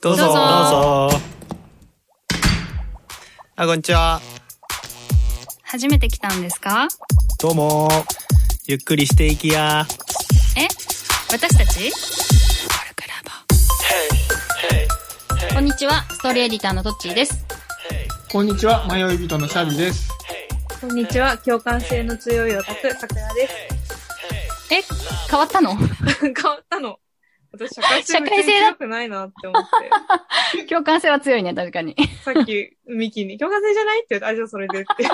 どうぞどうぞあこんにちは初めて来たんですかどうもゆっくりしていきやえ私たちこんにちは、ストーリーエディターのトッチーです。こんにちは、迷い人のシャビです。こんにちは、共感性の強いオタク、さくらです。え、変わったの変わったの。私、社会性社め会っち性ゃだ強くないなって思っ共感性は強いね、確かに。 て。さっき、ミキに、共感性じゃないって言って、あ、じゃあそれでって。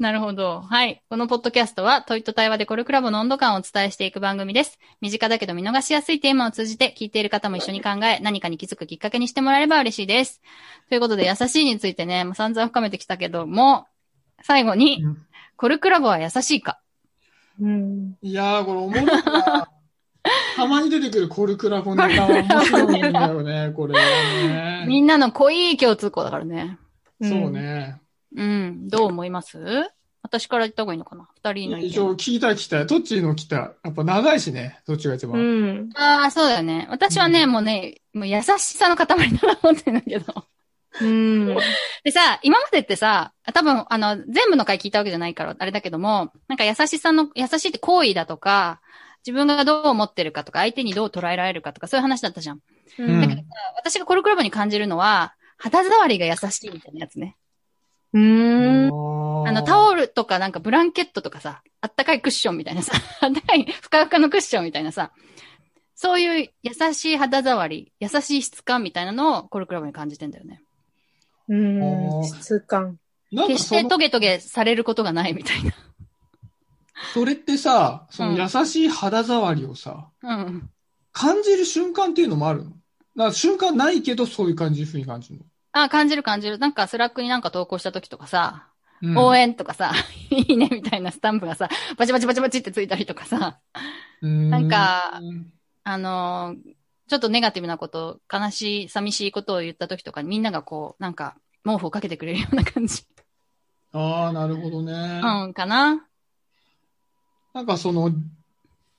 なるほど。はい。このポッドキャストは、問いと対話でコルクラボの温度感をお伝えしていく番組です。身近だけど見逃しやすいテーマを通じて、聞いている方も一緒に考え、何かに気づくきっかけにしてもらえれば嬉しいです。ということで、優しいについてね、もう散々深めてきたけども、最後に、コルクラボは優しいかうん。いやー、これおもろいな。たまに出てくるコルクラボネタは面白いんだよね、これはね。みんなの濃い共通項だからね。そう。ね。うん。どう思います私から言った方がいいのかな二人の意一応見。聞いた来た、どっちの来た。やっぱ長いしね、どっちが一う番。ん。ああ、そうだよね。私はね、うんもうね、もう優しさの塊だなと思ってんだけど。 うん。でさ、今までってさ、多分、あの、全部の回聞いたわけじゃないから、あれだけども、なんか優しさの、優しいって行為だとか、自分がどう思ってるかとか、相手にどう捉えられるかとか、そういう話だったじゃん。ううん。ん。私がコルクラブに感じるのは、肌触りが優しいみたいなやつね。うん。あの、タオオルとかなんかブランケットとかさ、あったかいクッションみたいなさ、 あったかいふかふかのクッションみたいなさ、そういう優しい肌触り、優しい質感みたいなのをコルクラブに感じてんだよね。うん。質感。なんか決しそてのトゲトゲされることがないみた いそれってさ、そのうん優しい肌触りをさ、な。うん。感じる瞬間っていうのもあるのなんか瞬間ないけど、そういう感じ、ふうに感じるあ、感じる感じる。なんかスラックになんか投稿した時とかさ、の。応援。援とかさ、 いいねみたいなスタンプがさ、バチバチバチバチってついたりとかさ、なんかうんあのーちょっとネガティブなこと、悲しい、寂しいことを言った時とかにみんながこう、なんか、毛布をかけてくれるような感じ。ああ、なるほどね。うん、かな。なんかその、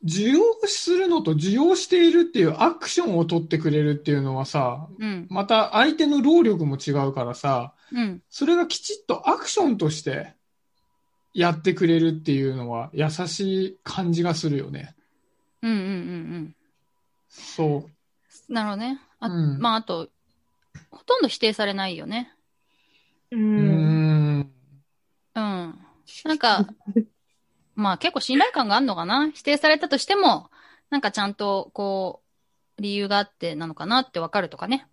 受容するのと受容しているっていうアクションを取ってくれるっていうのはさ、うん。また相手の労力も違うからさ、うん。それがきちっとアクションとしてやってくれるっていうのは優しい感じがするよね。うんうんうんうん。そなるほどね。う。あうん。まあ、あと、ほとんど否定されないよね。う。うんん。うん。なんか、まあ結構信頼感があるのかな。否定されたとしても、なんかちゃんと、こう、理由があってなのかなってわかるとかね。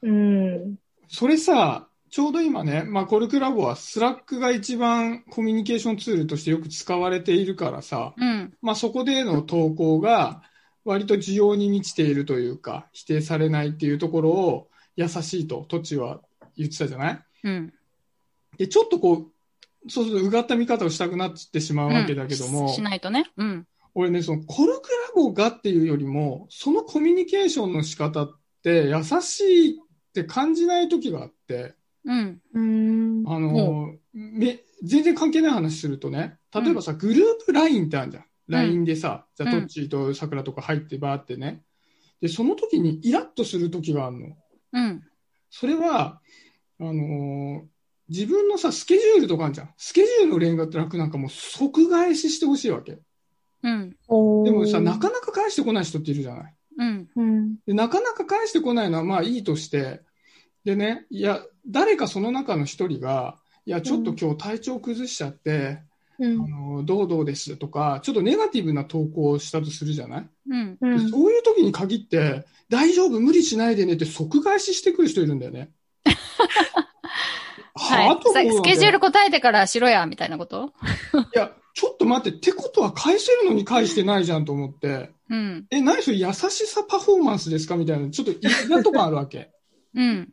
うん。それさ、ちょうど今ね、まあ、コルクラボはスラックが一番コミュニケーションツールとしてよく使われているからさ、うん。まあ、そこでの投稿が割と需要に満ちているというか否定されないっていうところを優しいとトチは言ってたじゃないうん。でちょっとこうそうするとうがった見方をしたくなってしまうわけだけども、うんししないとね。うん。俺ねそのコルクラボがっていうよりもそのコミュニケーションの仕方って優しいって感じない時があってうん。うん。あの、め全然関係ない話するとね例えばさ、グループ LINE ってあるじゃん LINE でさ、じゃあうんトッチーとさくらとか入ってバーってねでその時にイラッとする時があるのうん。それはあのー自分のさスケジュールとかあるじゃんスケジュールの連絡なんかもう即返ししてほしいわけうん。ででもさなかなか返してこない人っているじゃないうん。うん。でなかなか返してこないのはまあいいとして、でね、いや、誰かその中の一人が、いや、ちょっと今日体調崩しちゃって、うんあ。のどうどうですとか、ちょっとネガティブな投稿をしたとするじゃない、うん。うでん。そういう時に限って、大丈夫、無理しないでねって即返ししてくる人いるんだ よね。は。はいさスケジュールい答えてからしろや、みたいなことや、ちょっと待って、ってことは返せるのに返してないじゃんと思って、うん。え、何それ優しさパフォーマンスですかみたいな、ちょっと嫌なとこあるわけ。 うん。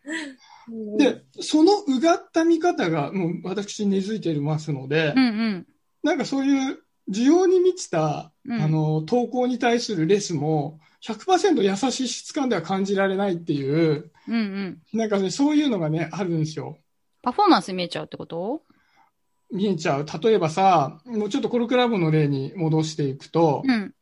で、そのうがった見方が、もう私根付いていますので、うん。うん。なんかそういう需要に満ちた、うんあの、投稿に対するレスも、100%優しい質感では感じられないっていう、うん。うん。なんかね、そういうのがね、あるんですよ。パフォーマンス見えちゃうってこと見えちゃう。例えばさ、もうちょっとコルクラボの例に戻していくと、うん。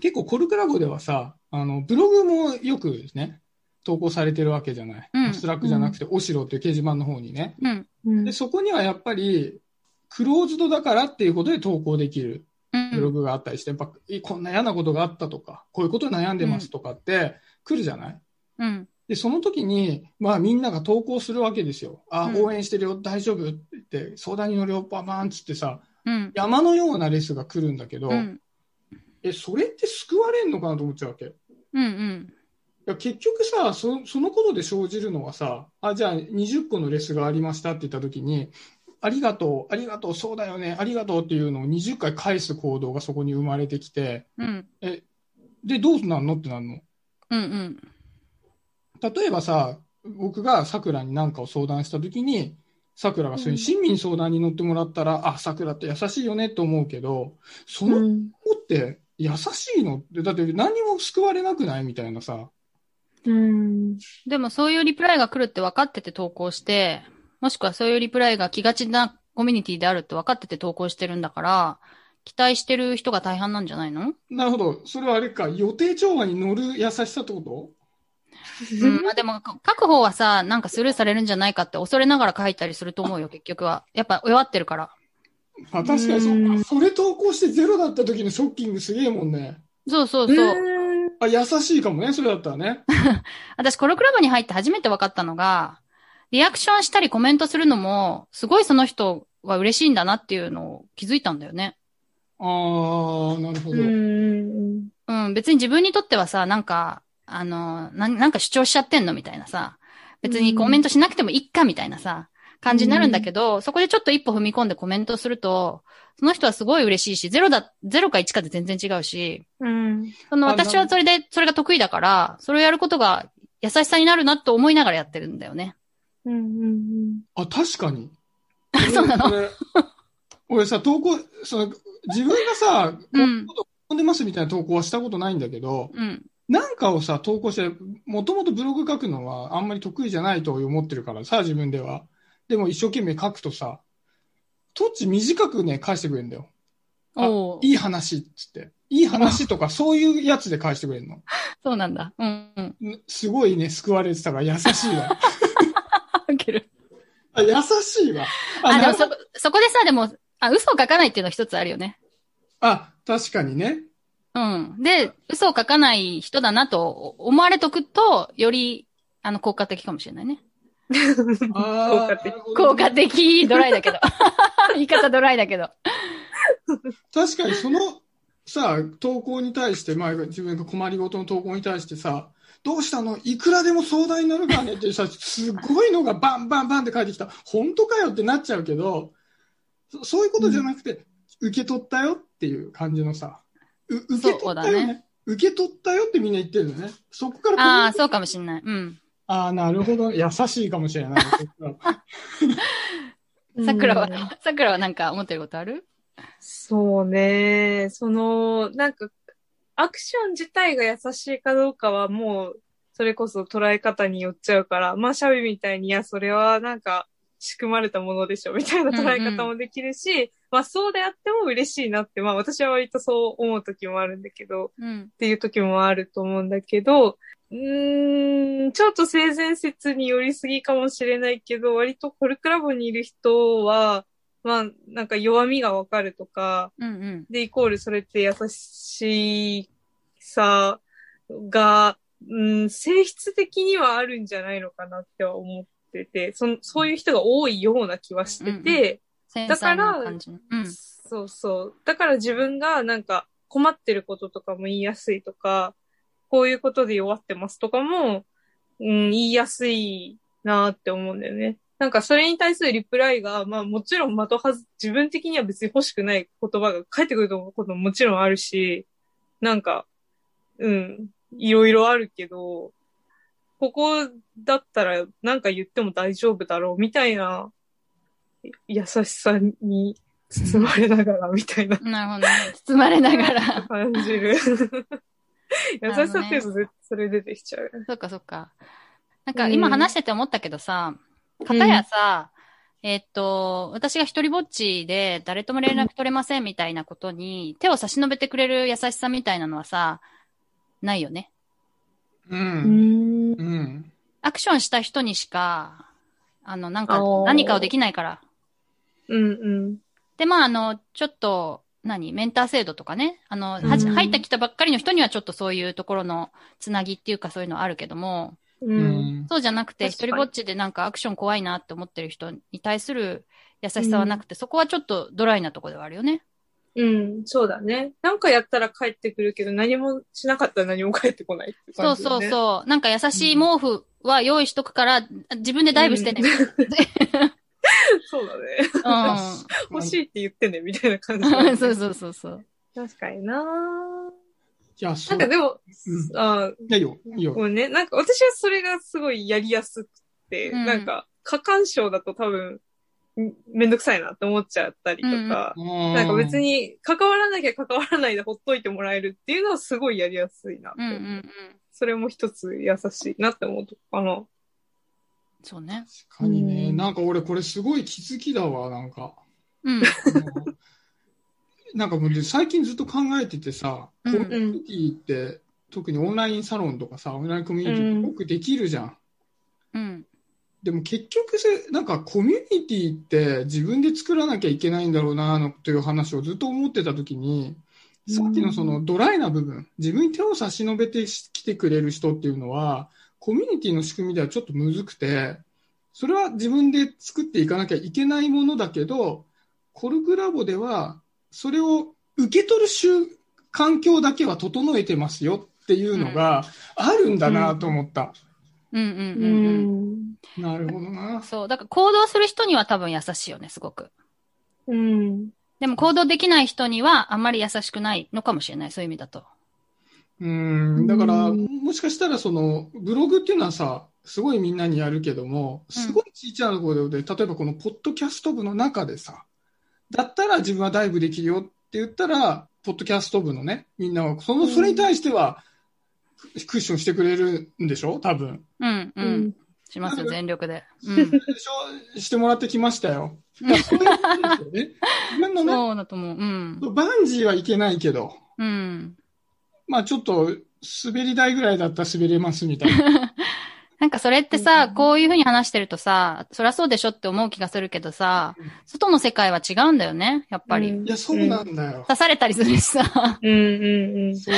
結構コルクラボではさ、あの、ブログもよくね、投稿されてるわけじゃない。うんスラックじゃなくて、おしろっていう掲示板の方にね。うん。うんで、そこにはやっぱり、クローズドだからっていうことで投稿できるうブロん。グがあったりして、やっぱ、こんな嫌なことがあったとか、こういうことで悩んでますとかって来るじゃないうん。で、その時に、まあみんなが投稿するわけですよ。あ、うん応援してるよ、大丈夫って言って、相談に乗るよ、ババーンっつってさ、うん。山のようなレスが来るんだけど、うん。え、それって救われんのかなと思っちゃうわけ。いうん。や結局さそ、そのことで生じるのはさ、あ、じゃあ20個のレスがありましたって言った時に、ありがとう、ありがとう、そうだよね、ありがとうっていうのを20回返す行動がそこに生まれてきて、うん。で、どうなんのってなるの。うん。例えばさ、僕がさくらに何かを相談したときに、さくらがそういう親身に相談に乗ってもらったら、あ、さくらって優しいよねと思うけど、そのうん子って優しいのって、だって何も救われなくないみたいなさ。うんでもそういうリプライが来るって分かってて投稿して、もしくはそういうリプライが来がちなコミュニティであるって分かってて投稿してるんだから、期待してる人が大半なんじゃないのなるほど。それはあれか、予定調和に乗る優しさってことうん、まあでも、か書く方はさ、なんかスルーされるんじゃないかって恐れながら書いたりすると思うよ、結局は。やっぱ弱ってるから。あ確かにそううんか。それ投稿してゼロだった時のショッキングすげえもんね。そうそううそう。んあ、優しいかもね、それだったらね。私、コロクラブに入って初めて分かったのが、リアクションしたりコメントするのも、すごいその人は嬉しいんだなっていうのを気づいたんだよね。あー、なるほうど。んうん、別に自分にとってはさ、なんか、あの、な、なんか主張しちゃってんのみたいなさ、別にコメントしなくてもいっかみたいなさ、感じになるんだけど、そこでちょっと一歩踏み込んでコメントすると、その人はすごい嬉しいし、ゼロだ、ゼロか1かで全然違うし、うんそのあな私はそれで、それが得意だから、それをやることが優しさになるなと思いながらやってるんだよね。うんうんあ、確かに。そうなの俺俺さ、投稿、その、自分がさ、こうんういうこと飛んでますみたいな投稿はしたことないんだけど、うん。なんかをさ、投稿して、もともとブログ書くのはあんまり得意じゃないと思ってるからさ、自分では。でも一生懸命書くとさ、トッチ短くね、返してくれるんだよ。あおーいい話っつって。いい話とか、そういうやつで返してくれるの。そうなんだ。うん、うん。んすごいね、救われてたから優し いわ。あ、ウケる。あ、優しいわ。あ、でなもんかそ、そこでさ、でも、あ、嘘を書かないっていうのは一つあるよね。あ、確かにね。うん。で、嘘を書かない人だなと思われとくと、より、あの、効果的かもしれない ね。あ果ー的なるほどね効果的、ドライだけ ど。言い方ドライだけど。確かにそのさ、投稿に対して、まあ、自分が困りごとの投稿に対してさ、どうしたのいくらでも相談に乗るからねっていうさ、すごいのがバンバンバンって書いてきた。本当かよってなっちゃうけど、そそういうことじゃなくて、受け取ったよっていう感じのさ、う受け取ったそうよだね受け取ったよってみんな言ってるのね。そこからああ、う。そうかもしれない。うん。ああ、なるほど。優しいかもしれない。うん桜は、桜はなんか思ってることあるそうね。その、なんか、アクション自体が優しいかどうかはもう、それこそ捉え方によっちゃうから、まあ、シャビみたいに、いや、それはなんか、仕組まれたものでしょ、みたいな捉え方もできるし、まあ、そうであっても嬉しいなって、まあ、私は割とそう思う時もあるんだけど、うんっ。ていう時もあると思うんだけど、うーん、ちょっと性善説によりすぎかもしれないけど、割とコルクラボにいる人は、まあ、なんか弱みがわかるとか、うんうん。で、イコールそれって優しさが、うん、性質的にはあるんじゃないのかなっては思ってて、そのそういう人が多いような気はしてて、繊細な感じの。うん。そうそう。だから自分がなんか困ってることとかも言いやすいとか、こういうことで弱ってますとかも、うん、言いやすいなって思うんだよね。なんかそれに対するリプライが、まあもちろん的はず、自分的には別に欲しくない言葉が返ってくることももちろんあるし、なんか、うん、いろいろあるけど、ここだったらなんか言っても大丈夫だろうみたいな優しさに包まれながらみたいななるほどね。包まれながら。感じ る。優しさっていうと絶対それ出てきちゃうよね。そっかそっか。なんか今話してて思ったけどさ、かたやさ、えっと、私が一人ぼっちで誰とも連絡取れませんみたいなことに手を差し伸べてくれる優しさみたいなのはさ、ないよね。う。うんん。うん。アクションした人にしか、あの、なんかお、ー何かをできないから。うんうん。で、まあ、あの、ちょっと、何メンター制度とかね。あの、はじうん入ってきたばっかりの人にはちょっとそういうところのつなぎっていうかそういうのあるけども、うう。んん。そうじゃなくて、確一かに人ぼっちでなんかアクション怖いなって思ってる人に対する優しさはなくて、そこはちょっとドライなとこではあるよね。うん、そうだね。なんかやったら帰ってくるけど、何もしなかったら何も帰ってこないってそ感うじだそね。うそう。なんか優しい毛布は用意しとくから、自分でダイブしてね。そうだね。う欲しいって言ってね、みたいな 感じ、ん。そうそうそうそう。確かになじゃあ、そなうんかでも、うあーんいやいいよ、いいよ。ごめんね。なんか私はそれがすごいやりやすくて、うんなんか、過干渉だと多分、んめんどくさいなって思っちゃったりとか、ななんか別。に関わらなきゃ関わらないでほっといてもらえるっていうのはすごいやりやすいなって。うんうんうん。それも一つ優しいなって思うとこかな。そうね。確かにね、うんなんか俺これすごい気づきだわ、なんか。うん。あの なんかもう最近ずっと考えててさ、うんコミュニティって、特にオンラインサロンとかさ、オンラインコミュニティってよくできるじゃん。うん。でも結局せ、なんかコミュニティって自分で作らなきゃいけないんだろうなのという話をずっと思ってた時に、さっきのそのドライな部分、自分に手を差し伸べてきてくれる人っていうのは、コミュニティの仕組みではちょっとむずくて、それは自分で作っていかなきゃいけないものだけど、コルグラボでは、それを受け取る習環境だけは整えてますよっていうのがあるんだなと思った。うんうんううんうん。ん。なるほどな。そう。だから行動する人には多分優しいよね、すごく。うん。でも行動できない人にはあんまり優しくないのかもしれない、そういう意味だと。うーんだから、うんもしかしたらそのブログっていうのはさ、すごいみんなにやるけども、うんすごいちいちゃなところで、例えばこのポッドキャスト部の中でさ、だったら自分はダイブできるよって言ったら、ポッドキャスト部のね、みんなは、その、うんそれに対しては、クッションしてくれるんでしょ多分。うんううんん。。しますよ、全力で。うん。でしょしてもらってきまし たよ。だからそういうことですよね。自分のね、そうだと思う。うん。バンジーはいけないけど、うん。まあちょっと、滑り台ぐらいだったら滑れますみたいな。なんかそれってさ、うんこういうふうに話してるとさ、そりゃそうでしょって思う気がするけどさうん、外の世界は違うんだよね、やっぱり。うんいや、そうなんだよ。刺されたりするし さ、うんうんそう。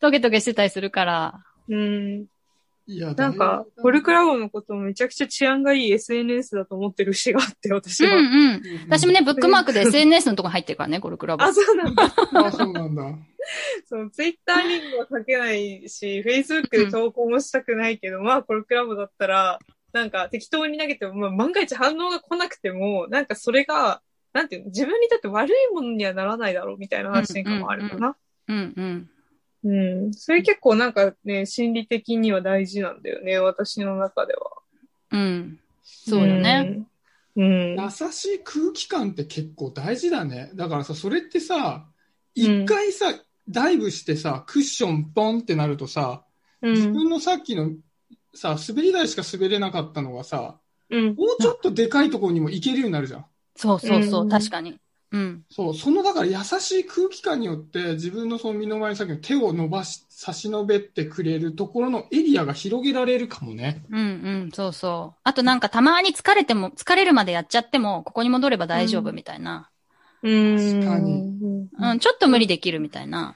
トゲトゲしてたりするから。うん。うん。いや、なんか、コルクラボのことをめちゃくちゃ治安がいい SNS だと思ってる節があって、私うんは。うん。私もね。ね、ブックマークで SNS のとこ入ってるからね、ゴルクラブ。あ、そうなんだ。 あ、そうなんだ。そのツイッターにも書けないし、Facebook で投稿もしたくないけど、まあ、コルクラボだったら、なんか適当に投げても、まあ、万が一反応が来なくても、なんかそれが、なんていうの、自分にとって悪いものにはならないだろうみたいな安心感もあるかな。うんうん。うん。それ結構なんかね、心理的には大事なんだよね、私の中では。うん。そうよね。うん。うん。優しい空気感って結構大事だね。だからさ、それってさ、一回さ、ダイブしてさ、クッションポンってなるとさ、う自ん。分のさっきのさ、滑り台しか滑れなかったのがさ、うん。もうちょっとでかいところにも行けるようになるじゃん。そうそうそうう、ん確かに。うん。そう、そのだから優しい空気感によって、自分のその身の回りの先の手を伸ばし、差し伸べてくれるところのエリアが広げられるかもね。うんうん、そうそう。あとなんかたまに疲れても、疲れるまでやっちゃっても、ここに戻れば大丈夫みたいな。うん。確かにうんうん、ちょっと無理できるみたいな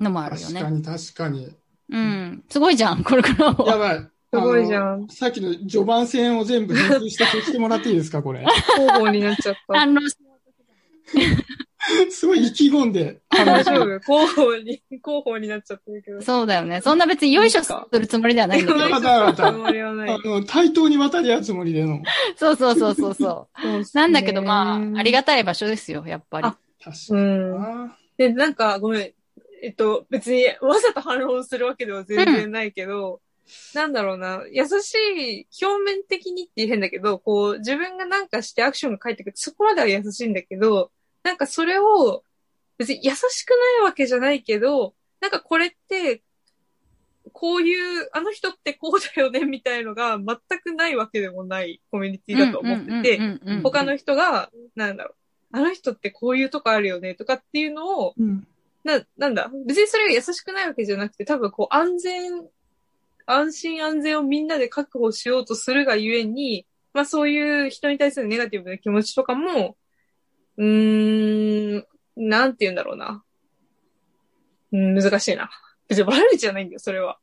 のもあるよ確かね。に確かに。うん。すごいじゃん、これから やも。ばい。すすごいじゃん。さっきの序盤戦を全部編集して消してもらっていいですか、こ れ。広報になっちゃっ た。反論しすごい意気込んで。大丈夫広報に、広報になっちゃってるけど。そうだよね。そんな別によいしょするつもりではないんだけどよいし。ょあんまりはなあい。の、対等に渡り合うつもりでの。そうそうそうそうそう。なんだけどまあ、ありががたい場所ですよ、やっぱりあ。確かうにん。な。で、なんか、ごめん。えっと、別に、わざと反論するわけでは全然ないけど、なんだろうな、優しい、表面的にって変だけど、こう、自分がなんかしてアクションが返ってくる、そこまでは優しいんだけど、なんかそれを、別に優しくないわけじゃないけど、なんかこれって、こういう、あの人ってこうだよね、みたいのが全くないわけでもないコミュニティだと思ってて、うんうんうんうんうん他の人が、なんだろう、あの人ってこういうとこあるよね、とかっていうのを、うん。な、なんだ別にそれが優しくないわけじゃなくて、多分こう安全安心安全をみんなで確保しようとするがゆえに、まあそういう人に対するネガティブな気持ちとかも、うーん、なんて言うんだろうな。うん、難しいな。別に悪口じゃないんだよ、それは。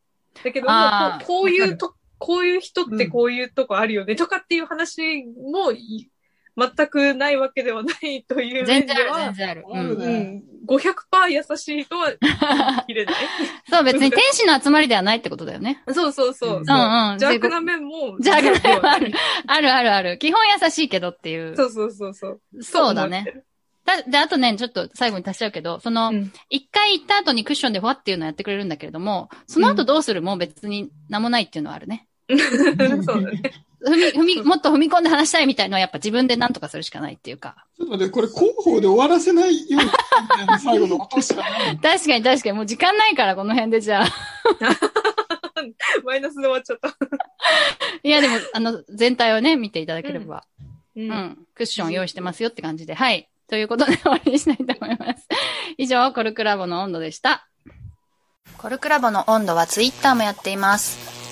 だけどもあーこう、こういうと、こういう人ってこういうとこあるよね、とかっていう話もい全くないわけではないという面全で然ある、全は、然ある。うあるんねうん、500%優しいとは言れない。 そう、別に天使の集まりではないってことだよね。 そうそうそう。うんうんうん。邪悪でな面も。 邪悪な面もあるではあるあるある。基本優しいけどっていう。い。そうそうそうそう。そうだ思っね。てる。だで、あとね、ちょっと最後に足しちゃうけど、その、うん一回行った後にクッションでふわっていうのをやってくれるんだけれども、その後どうするも別に何もないっていうのはあるね。 そうだね。 踏み、踏み、もっと踏み込んで話したいみたいのはやっぱ自分で何とかするしかないっていうか。ちょっと待って、これ広報で終わらせないように、最後の音しかない。確かに確かに、もう時間ないからこの辺でじゃあ。 マイナスで終わっちゃった。いやでも、あの、全体をね、見ていただければ、ううんん、クッションを用意してますよって感じで、はい。ということで終わりにしたいと思います。以上、コルクラボの温度でした。コルクラボの温度はツイッターもやっています。